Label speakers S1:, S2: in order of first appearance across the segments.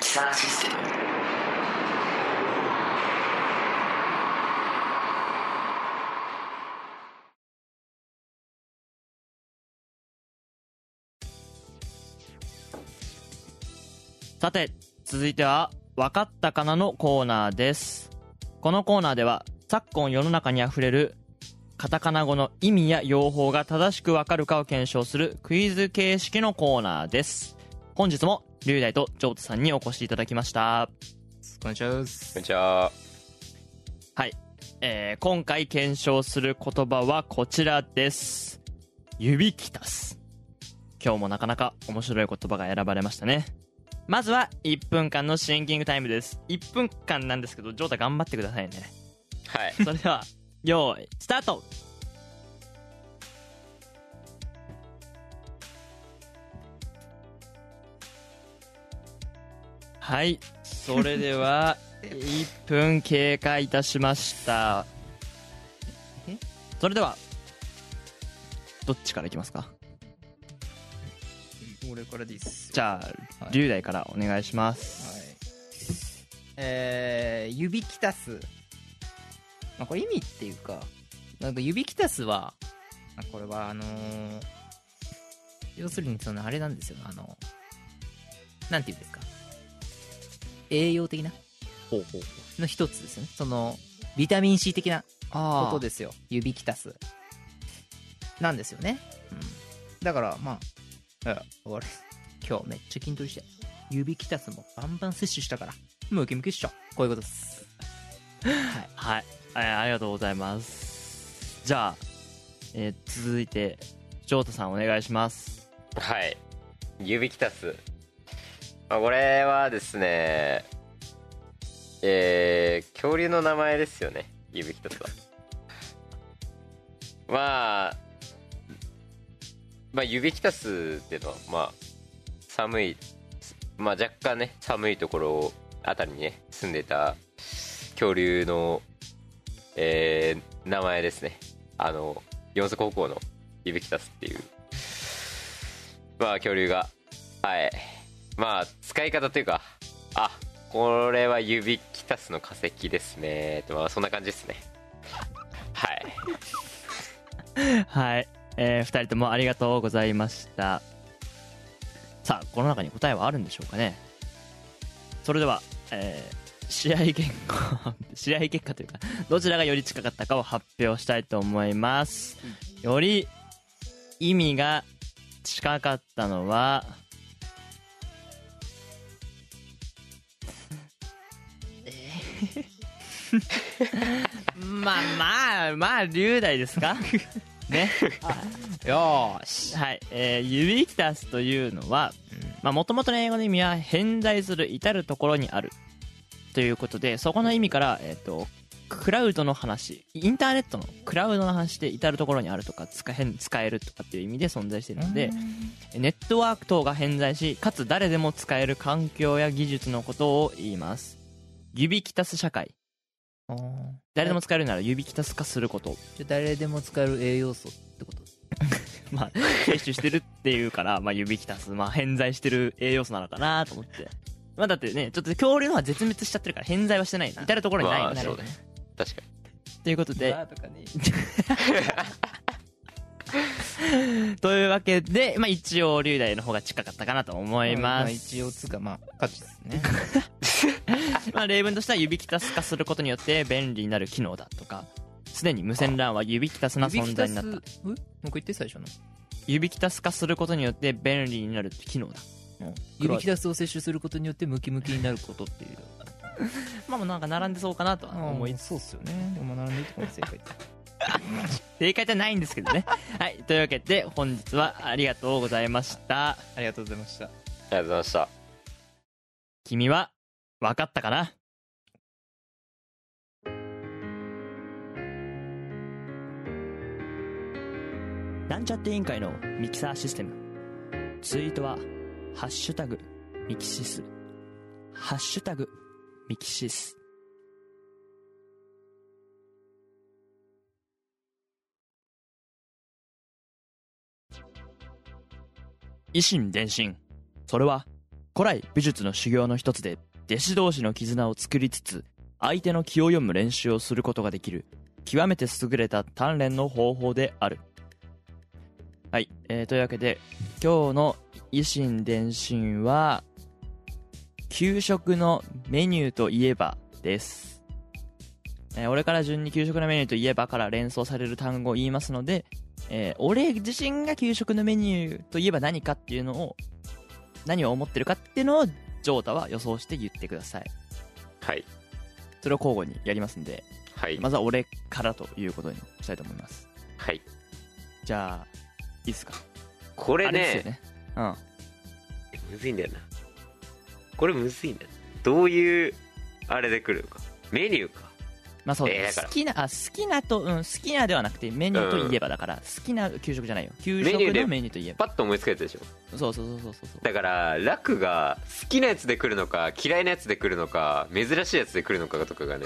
S1: キサーシステム
S2: さて、続いては、わかったかなのコーナーです。このコーナーでは、昨今世の中に溢れる、カタカナ語の意味や用法が正しくわかるかを検証するクイズ形式のコーナーです。本日も、龍大とジョートさんにお越しいただきました。
S3: こんにちは。
S4: こんにちは。
S2: えー、今回検証する言葉はこちらです。指きたす。今日もなかなか面白い言葉が選ばれましたね。まずは1分間のシンキングタイムです。1分間なんですけど、ジョータ頑張ってくださいね。
S4: はい。
S2: それでは、用意、スタートはい、それで は、1分経過いたしました。それでは、どっちからいきますか
S3: 俺からです。
S2: じゃあ、
S3: はい
S2: 龍大からお願いします。
S3: はい。えー、指きたす。まあ、これ意味っていうか、なんか指きたすは、まあこれはあのー要するにそのあれなんですよ、あの、なんていうんですか。栄養的な
S2: ほうほう
S3: の一つですよね。その、ビタミン C 的な
S2: あ
S3: ことですよ指きたすなんですよね、うん、だからまああ俺今日めっちゃ筋トレして指きたすもバンバン摂取したからムキムキっしょこういうことです
S2: はい、えーありがとうございます。じゃあ、えー続いて、ジョータさんお願いします。
S4: はい。指きたす。まあ、これはですね、えー、恐竜の名前ですよね。指きたすは。まあ、まあ、指きたすっていうのは、まあ、寒い、まあ、若干ね、寒いところあたりにね、住んでた恐竜の、えー、名前ですね。あの、四足歩行の指きたすっていう。まあ恐竜がはいまあ使い方というかあこれは指キタスの化石ですねまあそんな感じですねはい
S2: はい、えー、二人ともありがとうございました。さあ、この中に答えはあるんでしょうかね。それでは、えー試合結果、 試合結果というか、どちらがより近かったかを発表したいと思います。より意味が近かったのは、 まあまあまあ龍大ですかね
S3: よーし
S2: はい、えー、指キタスというのはもともとの英語の意味は偏在する至るところにあるということでそこの意味から、えー、とクラウドの話インターネットのクラウドの話で至るところにあるとか使え使えるとかっていう意味で存在しているのでネットワーク等が偏在しかつ誰でも使える環境や技術のことを言います指キタス社会
S3: おー
S2: 誰でも使えるなら指キタス化すること
S3: じゃあ誰でも使える栄養素ってこと
S2: まあ、摂取してるっていうから、まあ、指きたす、まあ、偏在してる栄養素なのかなと思って。まあ、だってね、ちょっと恐竜のは絶滅しちゃってるから、偏在はしてないな。至るところにない
S4: ま
S2: ん
S4: あ
S2: だ
S4: そ
S2: よ
S4: うだね確か
S2: ということで、
S3: とかね
S2: というわけで、まあ、一応、龍大の方が近かったかなと思います。
S3: 一応つうかまあ価値ですね
S2: まあ、例文としては、指きたす化することによって便利になる機能だとか、すでに無線 LAN は指きたすな存在になった。
S3: 指きたすえもう一回言って最初の
S5: 指キタス化することによって便利になる機能だ
S3: 指キタスを摂取することによってムキムキになることっていう
S5: まあなんか並んでそうかなとは思いつつ
S3: そうっすよねでも並んでいいところが正解
S5: 正解じゃないんですけどねはいというわけで本日はありがとうございました
S3: ありがとうございました
S4: りがとうございました
S5: 君は分かったかな
S2: なんちゃって委員会のミキサーシステム。ツイートは、ハッシュタグ、ミキシス。ハッシュタグ、ミキシス。維新伝心。それは、古来武術の修行の一つで、弟子同士の絆を作りつつ、相手の気を読む練習をすることができる、極めて優れた鍛錬の方法である。はい、えーというわけで今日の維新伝心は給食のメニューといえばです、えー俺から順に給食のメニューといえばから連想される単語を言いますので、えー俺自身が給食のメニューといえば何かっていうのを何を思ってるかっていうのをジョータは予想して言ってください
S4: はい
S2: それを交互にやりますんで
S4: はい
S2: まずは俺からということにしたいと思います
S4: はい
S2: じゃあいいですか
S4: これ
S2: あれですよ
S4: ね
S2: ねうん
S4: むずいんだよなこれむずいんだよどういうあれで来るのかメニューか
S2: まあそうだ
S4: えー
S2: ね
S4: だから
S2: 好きなあ好きなと、うん、好きなではなくてメニューといえばだから、好きな給食じゃないよ給食
S4: メニューで
S2: のメニューといえば
S4: パッと思いつかれたでしょ
S2: そうそうそうそうそうそう
S4: だから楽が好きなやつで来るのか嫌いなやつで来るのか珍しいやつで来るのかとかがね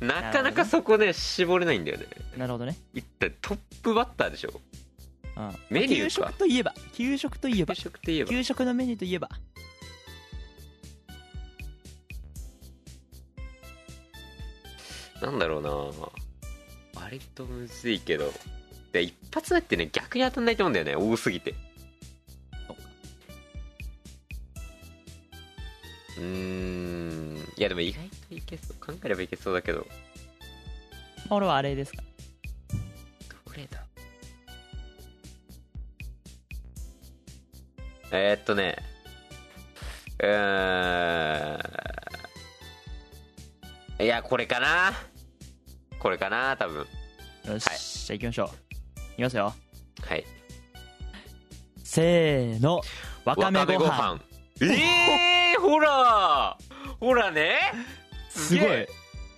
S4: なかなかそこね絞れないんだよね
S2: なるほどね、
S4: 一体トップバッターでしょ
S2: うん、
S4: メニュ
S2: 給
S4: ーか
S2: 食といえば給食といえば
S4: 給食って言えば
S2: 給食のメニューといえば
S4: なんだろうな割とむずいけどで一発目ってね逆に当たんないと思うんだよね多すぎてうーんいやでも意外といけそう考えればいけそうだけど
S2: 俺はあれですか
S4: どれだえー、っとねうーんいやこれかなこれかな多分
S2: よし、
S4: はい
S2: じゃあ行きましょういきますよ
S4: はい
S2: せーのわかめご飯
S4: ええー、 ほらほらね
S2: す
S4: げ
S2: ごい
S4: え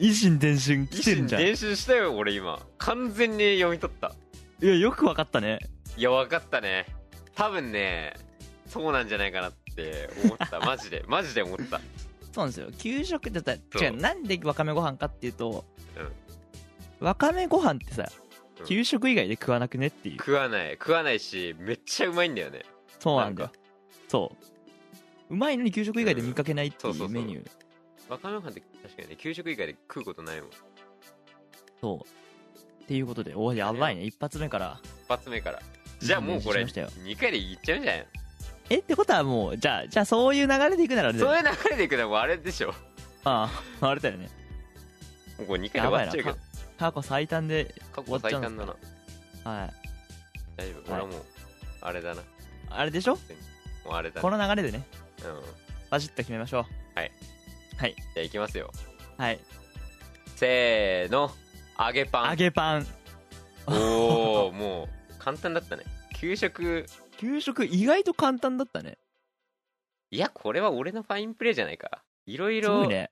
S2: 維新伝心来てるじゃんい
S4: 練習したよ俺今完全に読み取った
S2: やよくわかったね
S4: いや分かったね多分ねそうなんじゃないかなって思ったマジでマジで思った
S5: そうなんですよ給食ってだ
S4: そう
S5: 違うなんでわかめご飯かっていうと、
S2: うんわかめご飯ってさ
S4: うん
S2: 給食以外で食わなくねっていう
S4: 食わない食わないしめっちゃうまいんだよね
S2: そうなんだ
S4: な
S2: よそううまいのに給食以外で見かけないって
S4: うん
S2: い
S4: そうそううそ
S2: メ
S4: う
S2: ニュー
S4: わかめご飯って確かにね給食以外で食うことないもん一
S2: そうっていうことでおいやばいね一発目から
S4: 発目からじゃあもうこれ
S2: 練習しまし
S4: 2回でいっちゃうんじゃない
S2: えってことはもうじゃあじゃあそういう流れでいくなら
S4: の
S2: ね
S4: そういう流れでいくのはあれでしょ
S2: あああれだよね
S4: もうこれ2回で終わっちゃうけ
S2: やばい
S4: ど
S2: な過去最短で
S4: 過去最短だな
S2: はい
S4: 大丈夫
S2: はい
S4: 俺はもうあれだな
S2: あれでしょ
S4: もうあれだ
S2: こ
S4: な
S2: の流れでね
S4: うん
S2: バシッと決めましょ
S4: じゃあいきますよ
S2: うはい
S4: せーの揚げパン
S2: 揚げパン
S4: おおもう簡単だったね給食
S2: 給食意外と簡単だったね
S4: いやこれは俺のファインプレーじゃないかいろい
S2: すご
S4: ろ
S2: いね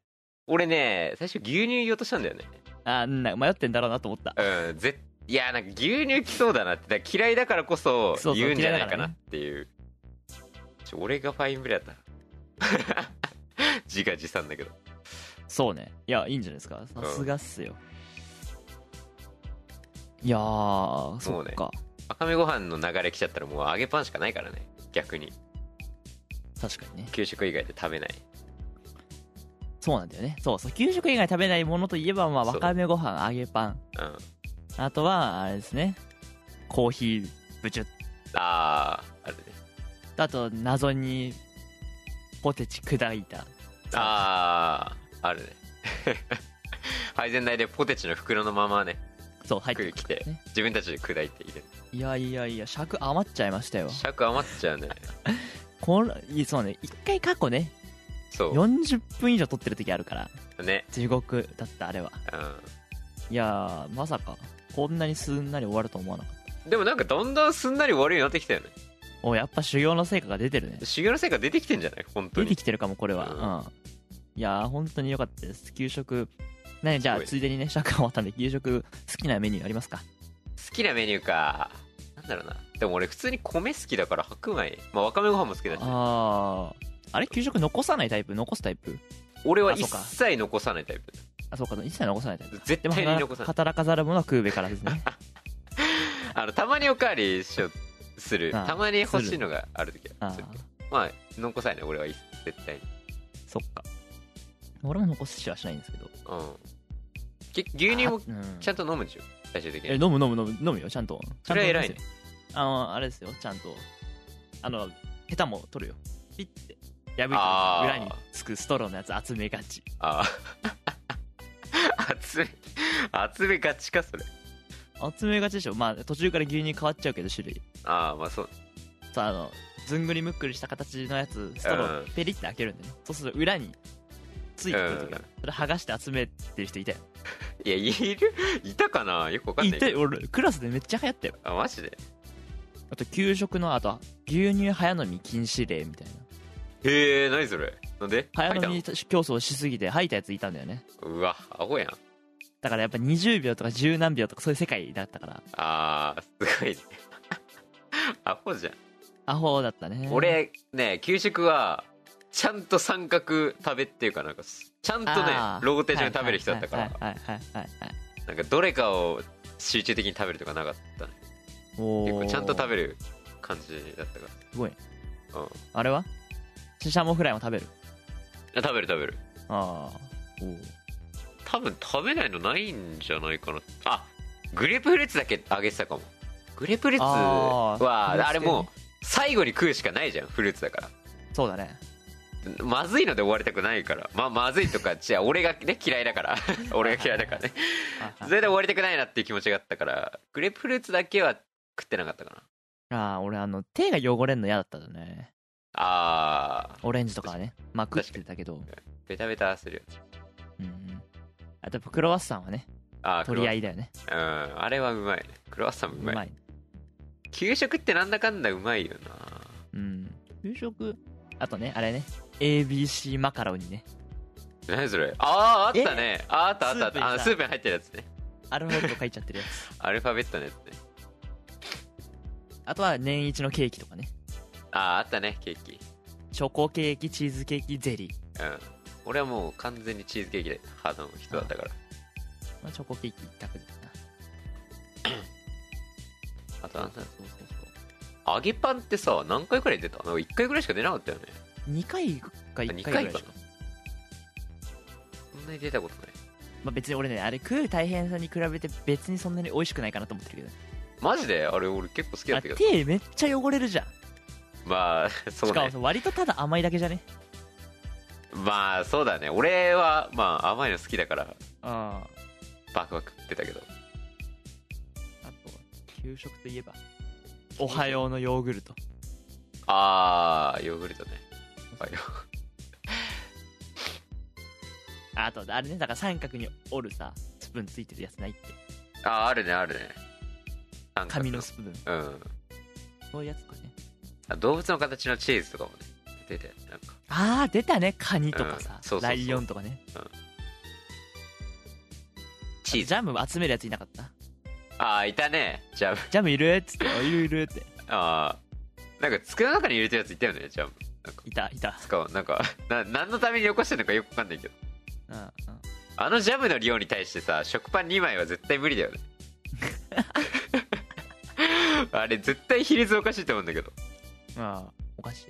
S4: 俺ね最初牛乳言おうとしたんだよね
S2: あーなんか迷ってんだろうなと思った
S4: うんぜいやなんか牛乳きそうだなってだから嫌いだからこ
S2: そ
S4: そ
S2: うそう
S4: 言うんじゃない
S2: 嫌いだ
S4: か
S2: か
S4: な
S2: ら
S4: っ
S2: ね
S4: ていうちょ俺がファインプレーだった 自画自賛だけど
S2: そうねいやいいんじゃないですかさすがっすよ、いやーそ
S4: もう
S2: っ
S4: ね
S2: か、
S4: 赤目ご飯の流れ来ちゃったらもう揚げパンしかないからね逆に
S2: 確かにね
S4: 給食以外で食べない
S2: そうなんだよねそうそう給食以外食べないものといえば、まあ、
S4: そう
S2: わかめご飯揚げパン
S4: うんあ
S2: あとはあれですねコーヒーブチュッ
S4: あーあれね
S2: あと謎にポテチ砕いた
S4: あああるね 配膳台でポテチの袋のままね
S2: そう入って
S4: 来て
S2: ね
S4: 自分たちで砕いて入れる
S2: 入いやいやいや尺余っちゃいましたよ
S4: 尺余っちゃうね
S2: このいそうね一回過去ね
S4: そ
S2: 40分以上撮ってる時あるから
S4: うね
S2: 地獄だったあれは
S4: う
S2: いやーまさかこんなにすんなり終わると思わなかった
S4: んでもなんかだんだんすんなり悪いようになってきたよね
S2: おやっぱ修行の成果が出てるね
S4: 修行の成果出てきてんじゃない本当
S2: 出て
S4: に
S2: きてるかもこれは、うん、いやー本当に良かったです給食ねじゃ
S4: す
S2: あ
S4: ごい
S2: ついでにね尺終わったんで給食好きなメニューありますか
S4: 好きなメニューかなんだろうなでも俺普通に米好きだから白米まあわかめご飯も好きだし
S2: あーあれ給食残さないタイプ残すタイプ
S4: 俺は
S2: あそ
S4: 一
S2: うか
S4: 切残さないタイプ
S2: あそうか一切残さないタイプ
S4: 絶
S2: でも
S4: 対に残
S2: 働
S4: さない
S2: 働かざる者は食うべからです ね
S4: あのたまにおかわりしようする
S2: ああ
S4: たまに欲しいのがある時
S2: あ
S4: は
S2: あ
S4: するけどまあ残さないね俺は絶対に
S2: そっか俺も残しはしないんですけど
S4: うんけ牛乳も
S2: あうん
S4: ちゃんと飲むんでしょ最終的
S2: え
S4: に
S2: 飲む飲む飲む飲むよちゃんと
S4: それは偉い
S2: ちゃ
S4: ね
S2: んと飲みますよあのあれですよちゃんとあのヘタも取るよピッて破
S4: あー
S2: いて裏につくストローのやつ集めがち
S4: ああ集め集めがちかそれ
S2: 集めがちでしょまあ途中から牛乳変わっちゃうけど種類
S4: ああまあそう
S2: さああのずんぐりむっくりした形のやつストロ
S4: う
S2: ー
S4: ん
S2: ペリって開けるんだよ、ねそうすると裏についてくるとき
S4: うん
S2: それ剥がして集めてる人いたよ
S4: いやいるいたかなよくわかん
S2: い
S4: ない
S2: た
S4: けど
S2: よ俺クラスでめっちゃ流行ったよ
S4: あマジで
S2: あと給食のあとは牛乳早飲み禁止令みたいな
S4: へえ何それなんで
S2: 早飲
S4: 入
S2: み
S4: っ
S2: 競争しすぎて吐いたやついたんだよね
S4: たのうわアホやん
S2: だからやっぱ20秒とか10何秒とかそういう世界だったから
S4: あーすごいね アホじゃん
S2: アホだったね
S4: 俺ね給食はちゃんと三角食べっていうかなんかすちゃんとね
S2: あー
S4: ローテーションで食べる人だったから
S2: はいはいはいはいはい
S4: なんかどれかを集中的に食べるとかなかったね
S2: お
S4: 結構ちゃんと食
S2: る
S4: べる感じだったか
S2: すごい
S4: らうんあ
S2: あれはシシャモフライも食べる
S4: 食べる食べる
S2: ああおー
S4: 多分食べないのないんじゃないかなあグレープフルーツだけあげてたかもグレープフルーツ
S2: あー
S4: は
S2: フルーツ系ね
S4: あれもう最後に食うしかないじゃんフルーツだから
S2: そうだね
S4: まずいので終わりたくないからままずいとか違う俺がね嫌いだから 俺が嫌いだからね
S2: あ
S4: それで終わりたくないなっていう気持ちがあったからグレープフルーツだけは食ってなかったかな
S2: あー俺あの手が汚れんの嫌だったんだね
S4: あー
S2: オレンジとかはねまあ食
S4: か
S2: っ
S4: に
S2: てたけど
S4: ベタベタするよ
S2: うんうんあとやっぱクロワッサンはね
S4: あー
S2: 取り合
S4: い
S2: いだよね
S4: うんあれはうまいねクロワッサンも
S2: う
S4: うまい
S2: まい
S4: 給食ってなんだかんだうまいよな
S2: うん給食あとねあれね ABC マカロニね
S4: 何それあああったねああったあったあ
S2: スー
S4: っ
S2: プに
S4: た
S2: さ
S4: あのスープに入ってるやつね
S2: アルファベット書いちゃってるやつ
S4: アルファベットのやつね
S2: あとは年一のケーキとかね。
S4: あああったねケーキ
S2: チョコケーキ、チーズケーキ、ゼリー。
S4: うん俺はもう完全にチーズケーキで派の人だったから
S2: まあ、チョコケーキ一択だな。
S4: あとなんだろう
S2: そうそうそ
S4: 揚げパンってさ何回くらい出たなんか1回くらいしか出なかったよね
S2: う。2回か1回ぐらいでし
S4: 二回
S2: ょ
S4: か。そんなに出たことない
S2: まあ別に俺ね、あれ食う大変さに比べて別にそんなに美味しくないかなと思ってるけど。
S4: マジであれ俺結構好き
S2: あ
S4: だったけど
S2: 手めっちゃ汚れるじゃん。
S4: まあ そう
S2: しかも
S4: ね
S2: さ割とただ甘いだけじゃね。
S4: まあそうだね俺はまあ甘いの好きだから
S2: あ
S4: バクバク食ってたけど
S2: あ。あと、給食といえば。おはようのヨーグルト。
S4: ああヨーグルトねあよ
S2: あと、あれね、だから三角に折るさ、スプーンついてるやつないって。
S4: ああるねあるね三角
S2: 紙のスプーン。
S4: うん
S2: そういうやつとかね。
S4: あ動物の形のチーズとかもね出てなんか
S2: ああ、出たね。カニとか
S4: うん
S2: さ
S4: そうそうそう、
S2: ライオンとかね。
S4: チーズ
S2: ジャム集めるやついなかった
S4: ああいたねジャム
S2: ジャムいるっつって、あいるいるって。
S4: ああなんか机の中に入れてるやついたよねジャムなんか
S2: いた、いた。
S4: 使うなんか な何のために起こしてるのかよくわかんないけど
S2: うんうん。
S4: あのジャムの量に対してさ食パン2枚は絶対無理だよね あれ絶対比率おかしいと思うんだけど
S2: ああ、おかし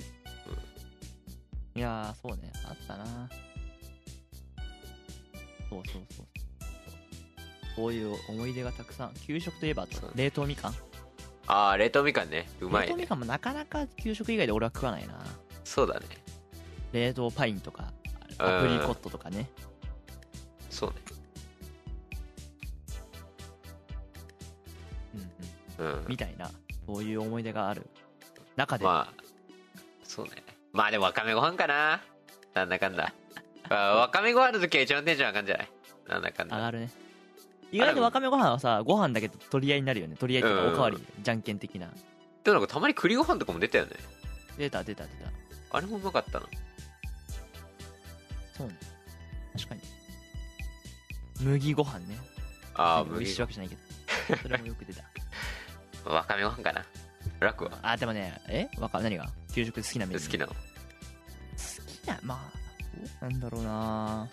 S2: い。いやー、そうね。あったな。そうそうそう。こういう思い出がたくさん。給食といえば、あと
S4: そう
S2: 冷凍みかん。
S4: ああ冷凍みかんねうま
S2: 冷
S4: い
S2: 凍み
S4: ね
S2: かんもなかなか給食以外で俺は食わないな。
S4: そうだね
S2: 冷凍パインとか、アプリコットとかね。
S4: そうね
S2: うんうん。
S4: うん
S2: みたいなそういう思い出がある中で、
S4: まあそうねまあでもわかめご飯かななんだかんだまあわかめご飯の時は一番テンション上がるんじゃないなんだかん
S2: 上
S4: だ
S2: がるね意外とわかめご飯はさご飯だけど取り合いになるよね取り合いとかおかわり、
S4: うん
S2: じゃんけん的な
S4: でもなんかたまに栗ご飯とかも出たよね
S2: 出た出た出た
S4: あれもうまかったな
S2: そうね確かに麦ご飯ね
S4: ああ
S2: なんか美味し
S4: 麦
S2: いわけじゃないけどそれもよく出た
S4: わかめご飯かな楽は
S2: あでもねえわか何が給食で好きなメニ
S4: 好
S2: ュー
S4: きなの
S2: 好きなまあどうなんだろうな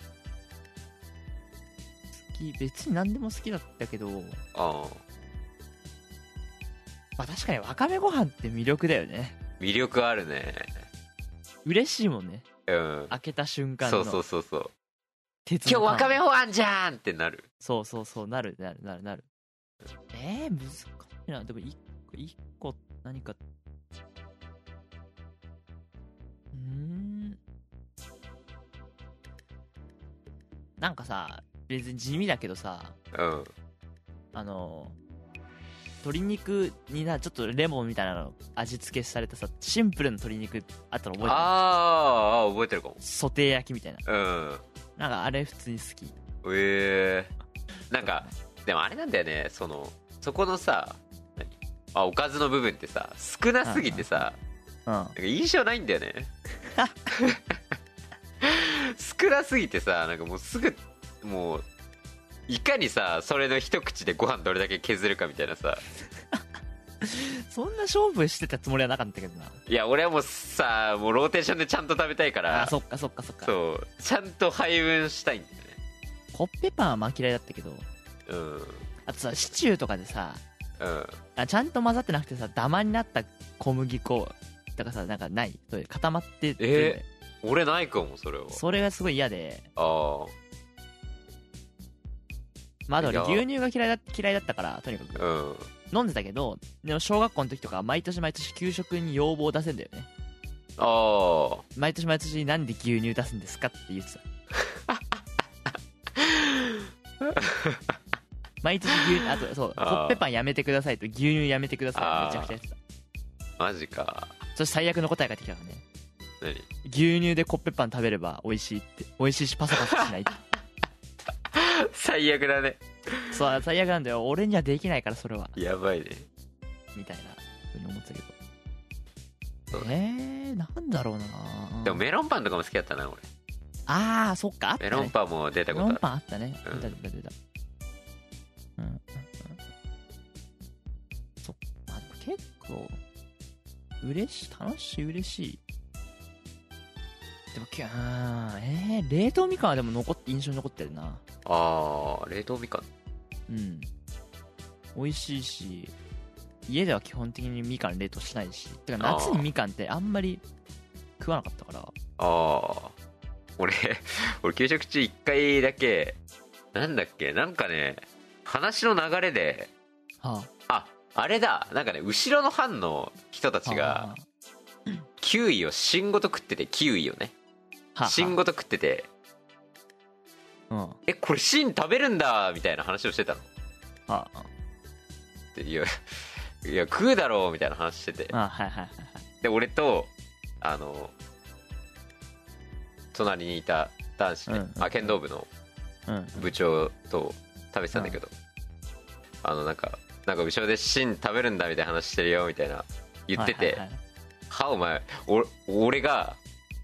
S2: 好き別に何でも好きだったけど
S4: ああ
S2: まあ確かにわかめご飯って魅力だよね
S4: 魅力あるね
S2: 嬉しいもんね
S4: うん
S2: 開けた瞬間
S4: そ
S2: の
S4: うそうそうそう
S2: 鉄
S4: 今
S2: の
S4: 日わ
S2: 感
S4: かめご飯じゃんってなる
S2: そうそうそうなるなるなるなるえー、難しいなでも一個一個何かうーんなんかさ別に地味だけどさ
S4: うん
S2: あの鶏肉になちょっとレモンみたいなの味付けされたさシンプルな鶏肉あったの覚えてる
S4: あーあー覚えてるかも
S2: ソテー焼きみたいな
S4: うん
S2: なんかあれ普通に好き
S4: ええなんかでもあれなんだよねそのそこのさ何あおかずの部分ってさ少なすぎてさ
S2: うん
S4: なんか印象ないんだよね 少なすぎてさなんかもうすぐもういかにさそれの一口でご飯どれだけ削るかみたいなさ
S2: そんな勝負してたつもりはなかったけどない
S4: や俺はもうさもうローテーションでちゃんと食べたいから
S2: あそっかそっかそっか
S4: そうちゃんと配分したいんだよね
S2: コッペパンはまあ嫌いだったけど
S4: うん
S2: あとさシチューとかでさ
S4: うん
S2: あちゃんと混ざってなくてさダマになった小麦粉とかさなんかないそういう固まってて、
S4: え俺ないかもそれは
S2: それがすごい嫌で、
S4: あ
S2: まあ、でも
S4: い
S2: 俺
S4: や
S2: 牛乳が嫌いだ嫌いだったからとにかく
S4: あうん
S2: 飲んでたけどでも小学校の時とか毎年毎年給食に要望を出せんだよね
S4: あ
S2: 毎年毎年なんで牛乳出すんですかって言 ってた毎年牛あとそうコ
S4: あー
S2: ッペパンやめてくださいと牛乳やめてくださいめちゃくちゃやってた
S4: あマジか
S2: そして最悪の答えが返ってきたからね
S4: 何
S2: 牛乳でコッペパン食べれば美味しいって美味しいしパサパサし ないって
S4: 最悪だね
S2: そう最悪なんだよ俺にはできないからそれは
S4: やばいね
S2: みたいなふうに思ってたけど
S4: そう
S2: えー、なんだろうな
S4: でもメロンパンとかも好きだったな俺
S2: ああそっかあった、
S4: メ
S2: ね、
S4: ロンパンも出たこと
S2: メ
S4: ある
S2: ロンパンあったね
S4: うん
S2: 出た出た出たうんうんうんそっかでも結構嬉しい楽しい嬉しいでもきゃーえー、冷凍みかんはでも残って印象に残ってるな
S4: ああ冷凍みかん
S2: うん美味しいし家では基本的にみかん冷凍しないしてか夏にみかんってあんまり食わなかったから
S4: ああ俺 俺給食中1回だけなんだっけなんかね話の流れで
S2: は
S4: ああれだなんかね後ろの班の人た
S2: あ
S4: ちがキウイを芯ごと食っててキウイをね
S2: はあ
S4: 芯ごと食ってて
S2: うんは
S4: えこれ芯食べるんだみたいな話をしてたの
S2: あ
S4: でいや いや食うだろうみたいな話してて
S2: あはいはいはい
S4: で俺とあの隣にいた男子ね、
S2: うんうんうん
S4: あ剣道部の
S2: はいうん
S4: 部長と食べてたんだけど、あのなんかなんか後ろで芯食べるんだみたいな話してるよみたいな言ってて、は
S2: はいはいはい
S4: お前お俺が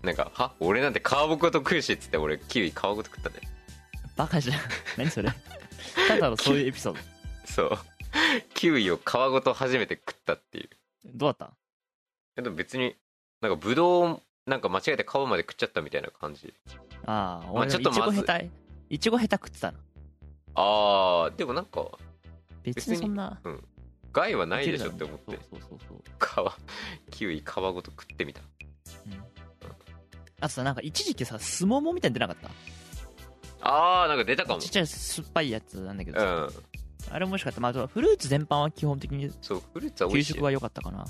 S4: なんかは俺なんて皮ごと食うしっつって俺キウイ皮ごと食ったんだよ
S2: バカじゃん 何それただのそういうエピソード
S4: そう キウイを皮ごと初めて食ったっていう
S2: どうだった
S4: えでも別になんかブドウなんか間違えて皮まで食っちゃったみたいな感じ
S2: ああ
S4: まあ
S2: 俺ち
S4: ち
S2: ょ
S4: ょっ
S2: っと
S4: と
S2: いち
S4: ま
S2: ご
S4: ず
S2: 下手いちご下手食ってたの
S4: ああでもなんか
S2: 別
S4: 別に
S2: にそんな
S4: 害はないでしょ
S2: い
S4: っ
S2: け
S4: て
S2: るだろ
S4: 思って
S2: うそうそうそうそう
S4: 皮キウイ皮ごと食ってみた
S2: あとさなんか一時期さすももみたいに出なかった
S4: ああなんか出たかも
S2: ちっちゃい酸っぱいやつなんだけど
S4: う
S2: さ、
S4: ん
S2: あれも美味しかった、まああと、フルーツ全般は基本的に
S4: そうフルーツは美
S2: 給
S4: 味しい
S2: 食は良かったかな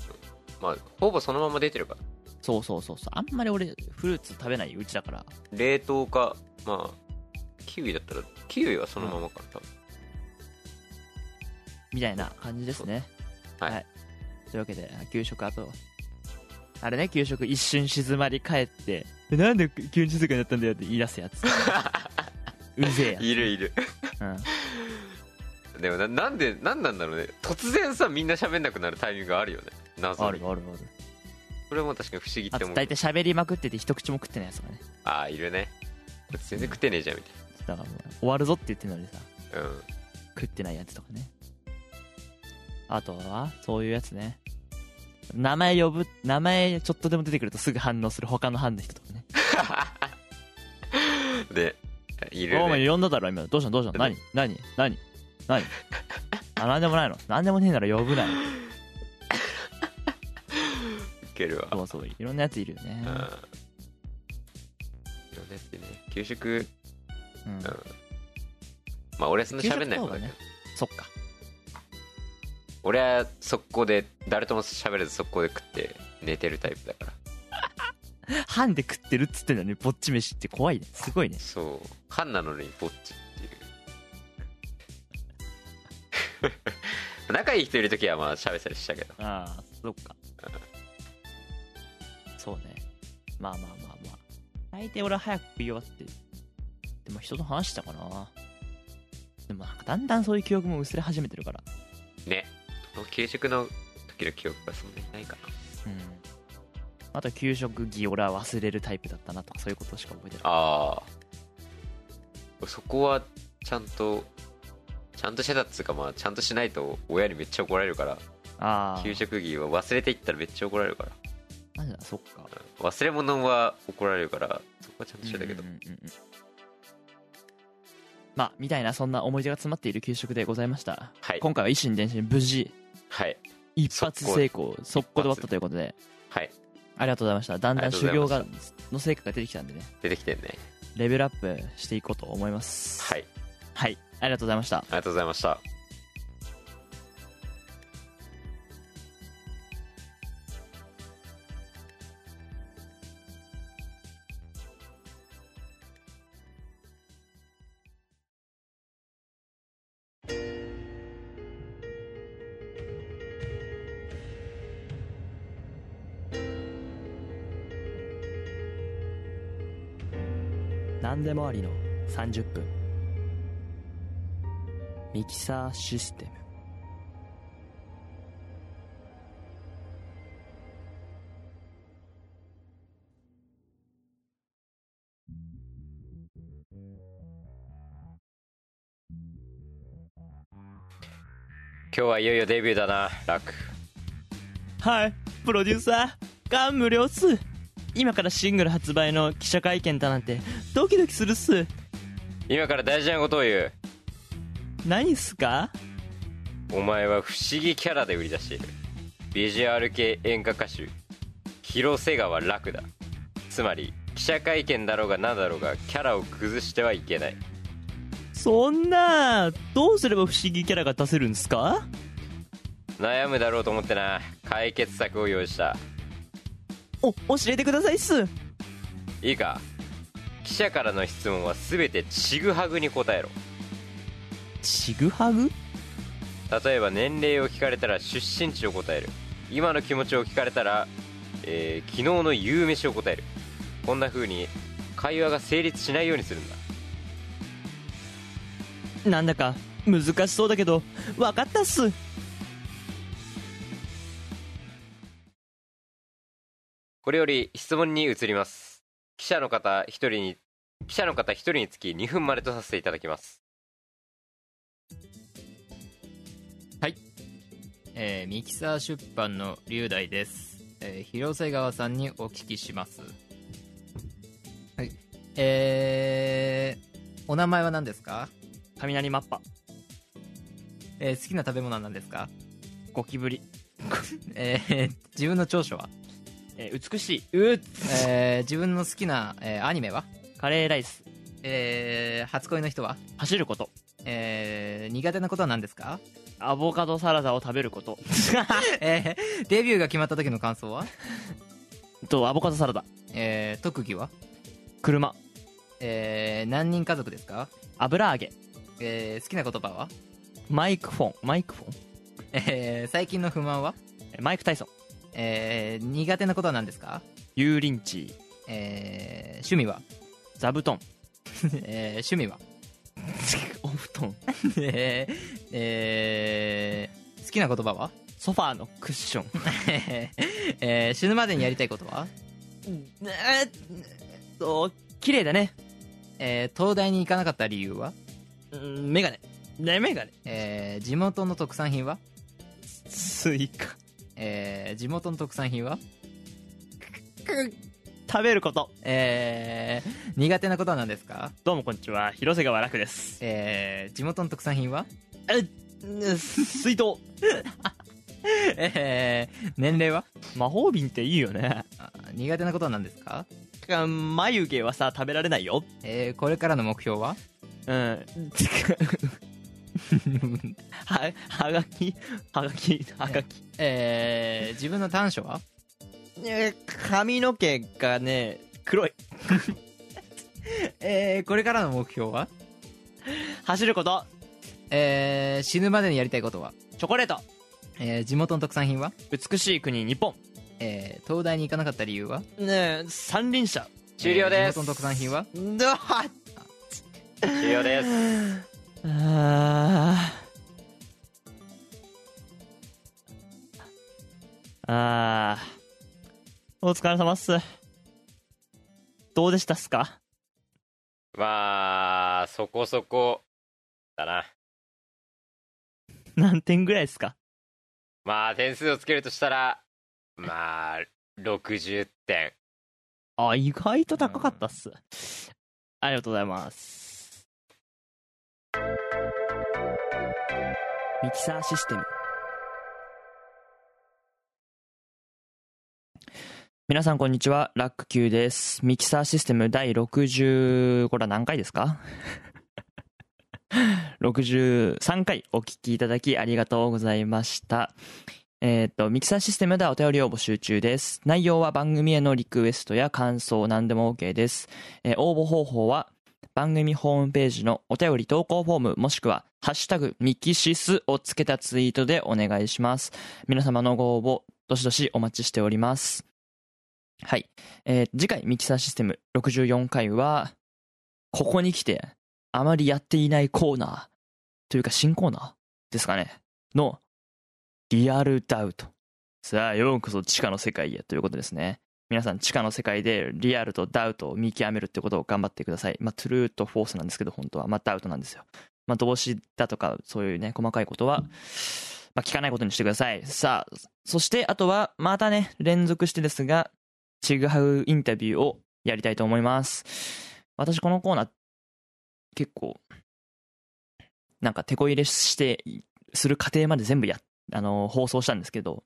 S4: まあほぼそのまま出てるから
S2: そうそうそうそうあんまり俺フルーツ食べないうちだから
S4: 冷凍かまあキウイだったらキウイはそのままかな多分
S2: みたいな感じですね
S4: はい
S2: というわけで給食あとあれね給食一瞬静まり返ってでなんで急に静かになったんだよって言い出すやつうぜえ
S4: いるいる
S2: やつ、
S4: でもななんでなんなんだろうね突然さみんな喋んなくなるタイミングあるよね
S2: うん、あ
S4: 謎
S2: る
S4: に
S2: あるある
S4: これも確かに不思議っ
S2: あ
S4: て
S2: と
S4: 思う
S2: 大体喋りまくってて一口も食ってないやつがね
S4: ああいるね全然食ってねえじゃんみ
S2: だからもう終わるぞって言ってるのにさ
S4: たいなうん
S2: 食ってないやつとかねあとはそういうやつね名前呼ぶ名前ちょっとでも出てくるとすぐ反応する他の班の人とかね
S4: でいる
S2: お前
S4: ね
S2: 呼んだだろ今どうしたのどうしたの
S4: うん
S2: 何何何何 あ何でもないの何でもねえなら呼ぶなよ
S4: いけるわ
S2: そうそういろんなやついるよね
S4: うんいろんなやついるね給食
S2: うん
S4: んまあ俺はそんな喋んない
S2: 給食の方
S4: 方
S2: が
S4: だけ
S2: ね
S4: ど
S2: そっか
S4: 俺は速攻で誰とも喋れず速攻で食って寝てるタイプだから
S2: 班で食ってるっつってんだねぼっち飯って怖いねすごいね
S4: そうカンなのにぼっちっていう 仲いい人いる時はまあ喋ったりしたけど
S2: ああそっかそうねまあまあまあまあ大抵俺は早く食い終わってでも人と話したかなでもなんかだんだんそういう記憶も薄れ始めてるから
S4: ね給食の時の記憶がそんなにないかな
S2: うんあと給食着俺は忘れるタイプだったなとかそういうことしか覚えてない
S4: ああそこはちゃんとちゃんとしてたっつうかまあちゃんとしないと親にめっちゃ怒られるから
S2: ああ
S4: 給食着は忘れていったらめっちゃ怒られるから
S2: なんだそっか
S4: うん忘れ物は怒られるからそこはちゃんとしてたけど、
S2: うんうんうんうんまあみたいなそんな思い出が詰まっている給食でございました、
S4: はい
S2: 今回は一心伝心無事
S4: はい
S2: 一発成功速攻で終わったということで
S4: はい
S2: ありがとうございましただんだ
S4: あ
S2: ん
S4: りがとう
S2: 修
S4: ご
S2: 行
S4: ざ
S2: がの成果が出てきたんでね
S4: 出てきてんね
S2: レベルアップしていこうと思います
S4: はい
S2: はいありがとうございました
S4: ありがとうございました
S6: 何でもありの30分ミキサーシステム
S4: 今日はいよいよデビューだなラク
S2: はいプロデューサー感無量っす今からシングル発売の記者会見だなんてドキドキするっす
S4: 今から大事なことを言う
S2: 何っすか
S4: お前は不思議キャラで売り出しているビジュアル系演歌歌手広瀬川楽だつまり記者会見だろうが何だろうがキャラを崩してはいけない
S2: そんなどうすれば不思議キャラが出せるんですか
S4: 悩むだろうと思ってな解決策を用意した
S2: お教えてくださいっす
S4: いいか記者からの質問は全てちぐはぐに答えろ
S2: ちぐはぐ
S4: 例えば年齢を聞かれたら出身地を答える今の気持ちを聞かれたら、えー昨日の夕飯を答えるこんな風に会話が成立しないようにするんだ
S2: なんだか難しそうだけど分かったっす
S4: これより質問に移ります記者の方一人に記者の方一人につき2分までとさせていただきます
S3: えーミキサー出版の龍大です、えー広瀬川さんにお聞きしますはいえーお名前は何ですか、
S2: 雷マッパ
S3: えー好きな食べ物は何ですか、
S2: ゴキブリ、
S3: えー自分の長所は、
S2: えー美しいうっ
S3: えー自分の好きな、えーアニメは、
S2: カレーライス
S3: えー初恋の人は、
S2: 走ること
S3: えー苦手なことは何ですか、
S2: アボカドサラダを食べる こと
S3: えーデビューが決まった時の感想は、
S2: とアボカドサラダ
S3: えー特技は、
S2: 車
S3: えー何人家族ですか、
S2: 油揚げ
S3: えー好きな言葉は
S2: マイクフォンマイクフォン
S3: えー最近の不満は、
S7: マイク・タイソン
S3: えー苦手なことは何ですか、
S7: 油淋鶏
S3: えー趣味は、
S7: 座布団
S3: えー趣味は、
S7: お布団
S3: えーえー好きな言葉は、
S7: ソファーのクッション
S3: えーえー死ぬまでにやりたいことは、
S7: えっと綺麗だね
S3: えー東大に行かなかった理由は、
S7: うんメガネねメガネ
S3: えー地元の特産品は、
S7: スイカ
S3: えー地元の特産品は、
S7: 食べること
S3: えー苦手なことは何ですか、
S7: どうもこんにちは広瀬川楽です
S3: えー地元の特産品は、
S7: 水筒
S3: えー年齢は
S7: 魔法瓶っていいよね
S3: あ苦手なことは何ですか、
S7: 眉毛はさ食べられないよ
S3: えーこれからの目標は
S7: うんてかははがきはがきはがき
S3: えー自分の短所は
S7: え髪の毛がね黒い
S3: えーこれからの目標は
S7: 走ること
S3: えー死ぬまでにやりたいことは
S7: チョコレート
S3: えー地元の特産品は
S7: 美しい国日本
S3: えー東大に行かなかった理由は
S7: ねえ三輪車
S4: 終了
S3: えー
S4: で
S3: 地
S4: す
S3: 元の特産品は
S7: だは
S4: 終了です
S7: あーあーお疲れ様っすどうでしたっすか
S4: まあそこそこだな
S7: 何点ぐらいっすか
S4: まあ点数をつけるとしたらまあ60点
S7: あ意外と高かったっすありがとうございます
S2: ミキサーシステム皆さんこんにちはラック Q ですミキサーシステム第60これは何回ですか 63回お聞きいただきありがとうございましたえっ、とミキサーシステムではお便りを募集中です内容は番組へのリクエストや感想何でも OK です、えー応募方法は番組ホームページのお便り投稿フォームもしくは「ハッシュタグミキシス」をつけたツイートでお願いします皆様のご応募どしどしお待ちしておりますはい、えー次回ミキサーシステム64回はここに来てあまりやっていないコーナーというか新コーナーですかねのリアルダウトさあようこそ地下の世界へということですね皆さん地下の世界でリアルとダウトを見極めるってことを頑張ってください。まあ、トゥルーとフォースなんですけど、本当は。まあ、ダウトなんですよ。まあ、動詞だとか、そういうね、細かいことは、まあ、聞かないことにしてください。さあ、そして、あとは、またね、連続してですが、ちぐはぐインタビューをやりたいと思います。私、このコーナー、結構、なんか、手こ入れして、する過程まで全部や、あの、放送したんですけど、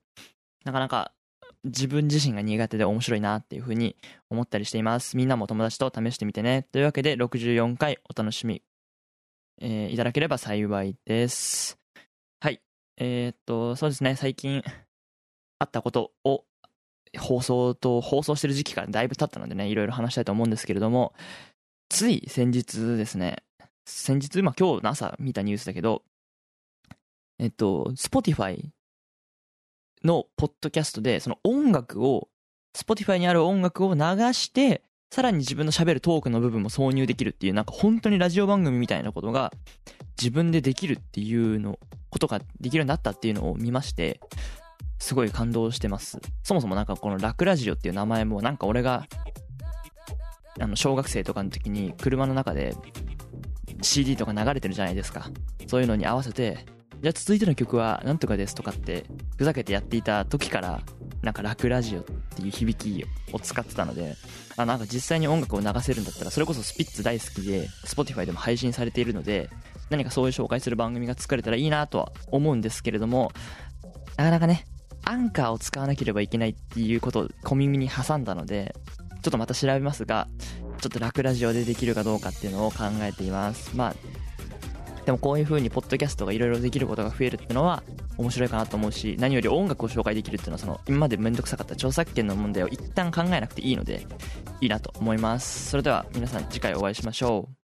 S2: なかなか自分自身が苦手で面白いなっていうふうに思ったりしています。みんなも友達と試してみてね。というわけで64回お楽しみ、えーいただければ幸いです。はい。えーっと、そうですね。最近あったことを放送と放送してる時期からだいぶ経ったのでね、いろいろ話したいと思うんですけれども、つい先日ですね、先日、まあ今日の朝見たニュースだけど、えっと、Spotify のポッドキャストでその音楽を Spotify にある音楽を流してさらに自分の喋るトークの部分も挿入できるっていうなんか本当にラジオ番組みたいなことが自分でできるっていうのことができるようになったっていうのを見ましてすごい感動してますそもそもなんかこの「ラクラジオ」っていう名前もなんか俺があの小学生とかの時に車の中で CD とか流れてるじゃないですかそういうのに合わせてじゃあ続いての曲はなんとかですとかってふざけてやっていた時からなんか楽ラジオっていう響きを使ってたのであなんか実際に音楽を流せるんだったらそれこそスピッツ大好きで Spotify でも配信されているので何かそういう紹介する番組が作れたらいいなとは思うんですけれどもなかなかねアンカーを使わなければいけないっていうことを小耳に挟んだのでちょっとまた調べますがちょっと楽ラジオでできるかどうかっていうのを考えていますまあでもこういう風にポッドキャストがいろいろできることが増えるってのは面白いかなと思うし何より音楽を紹介できるっていうのはその今まで面倒くさかった著作権の問題を一旦考えなくていいのでいいなと思いますそれでは皆さん次回お会いしましょう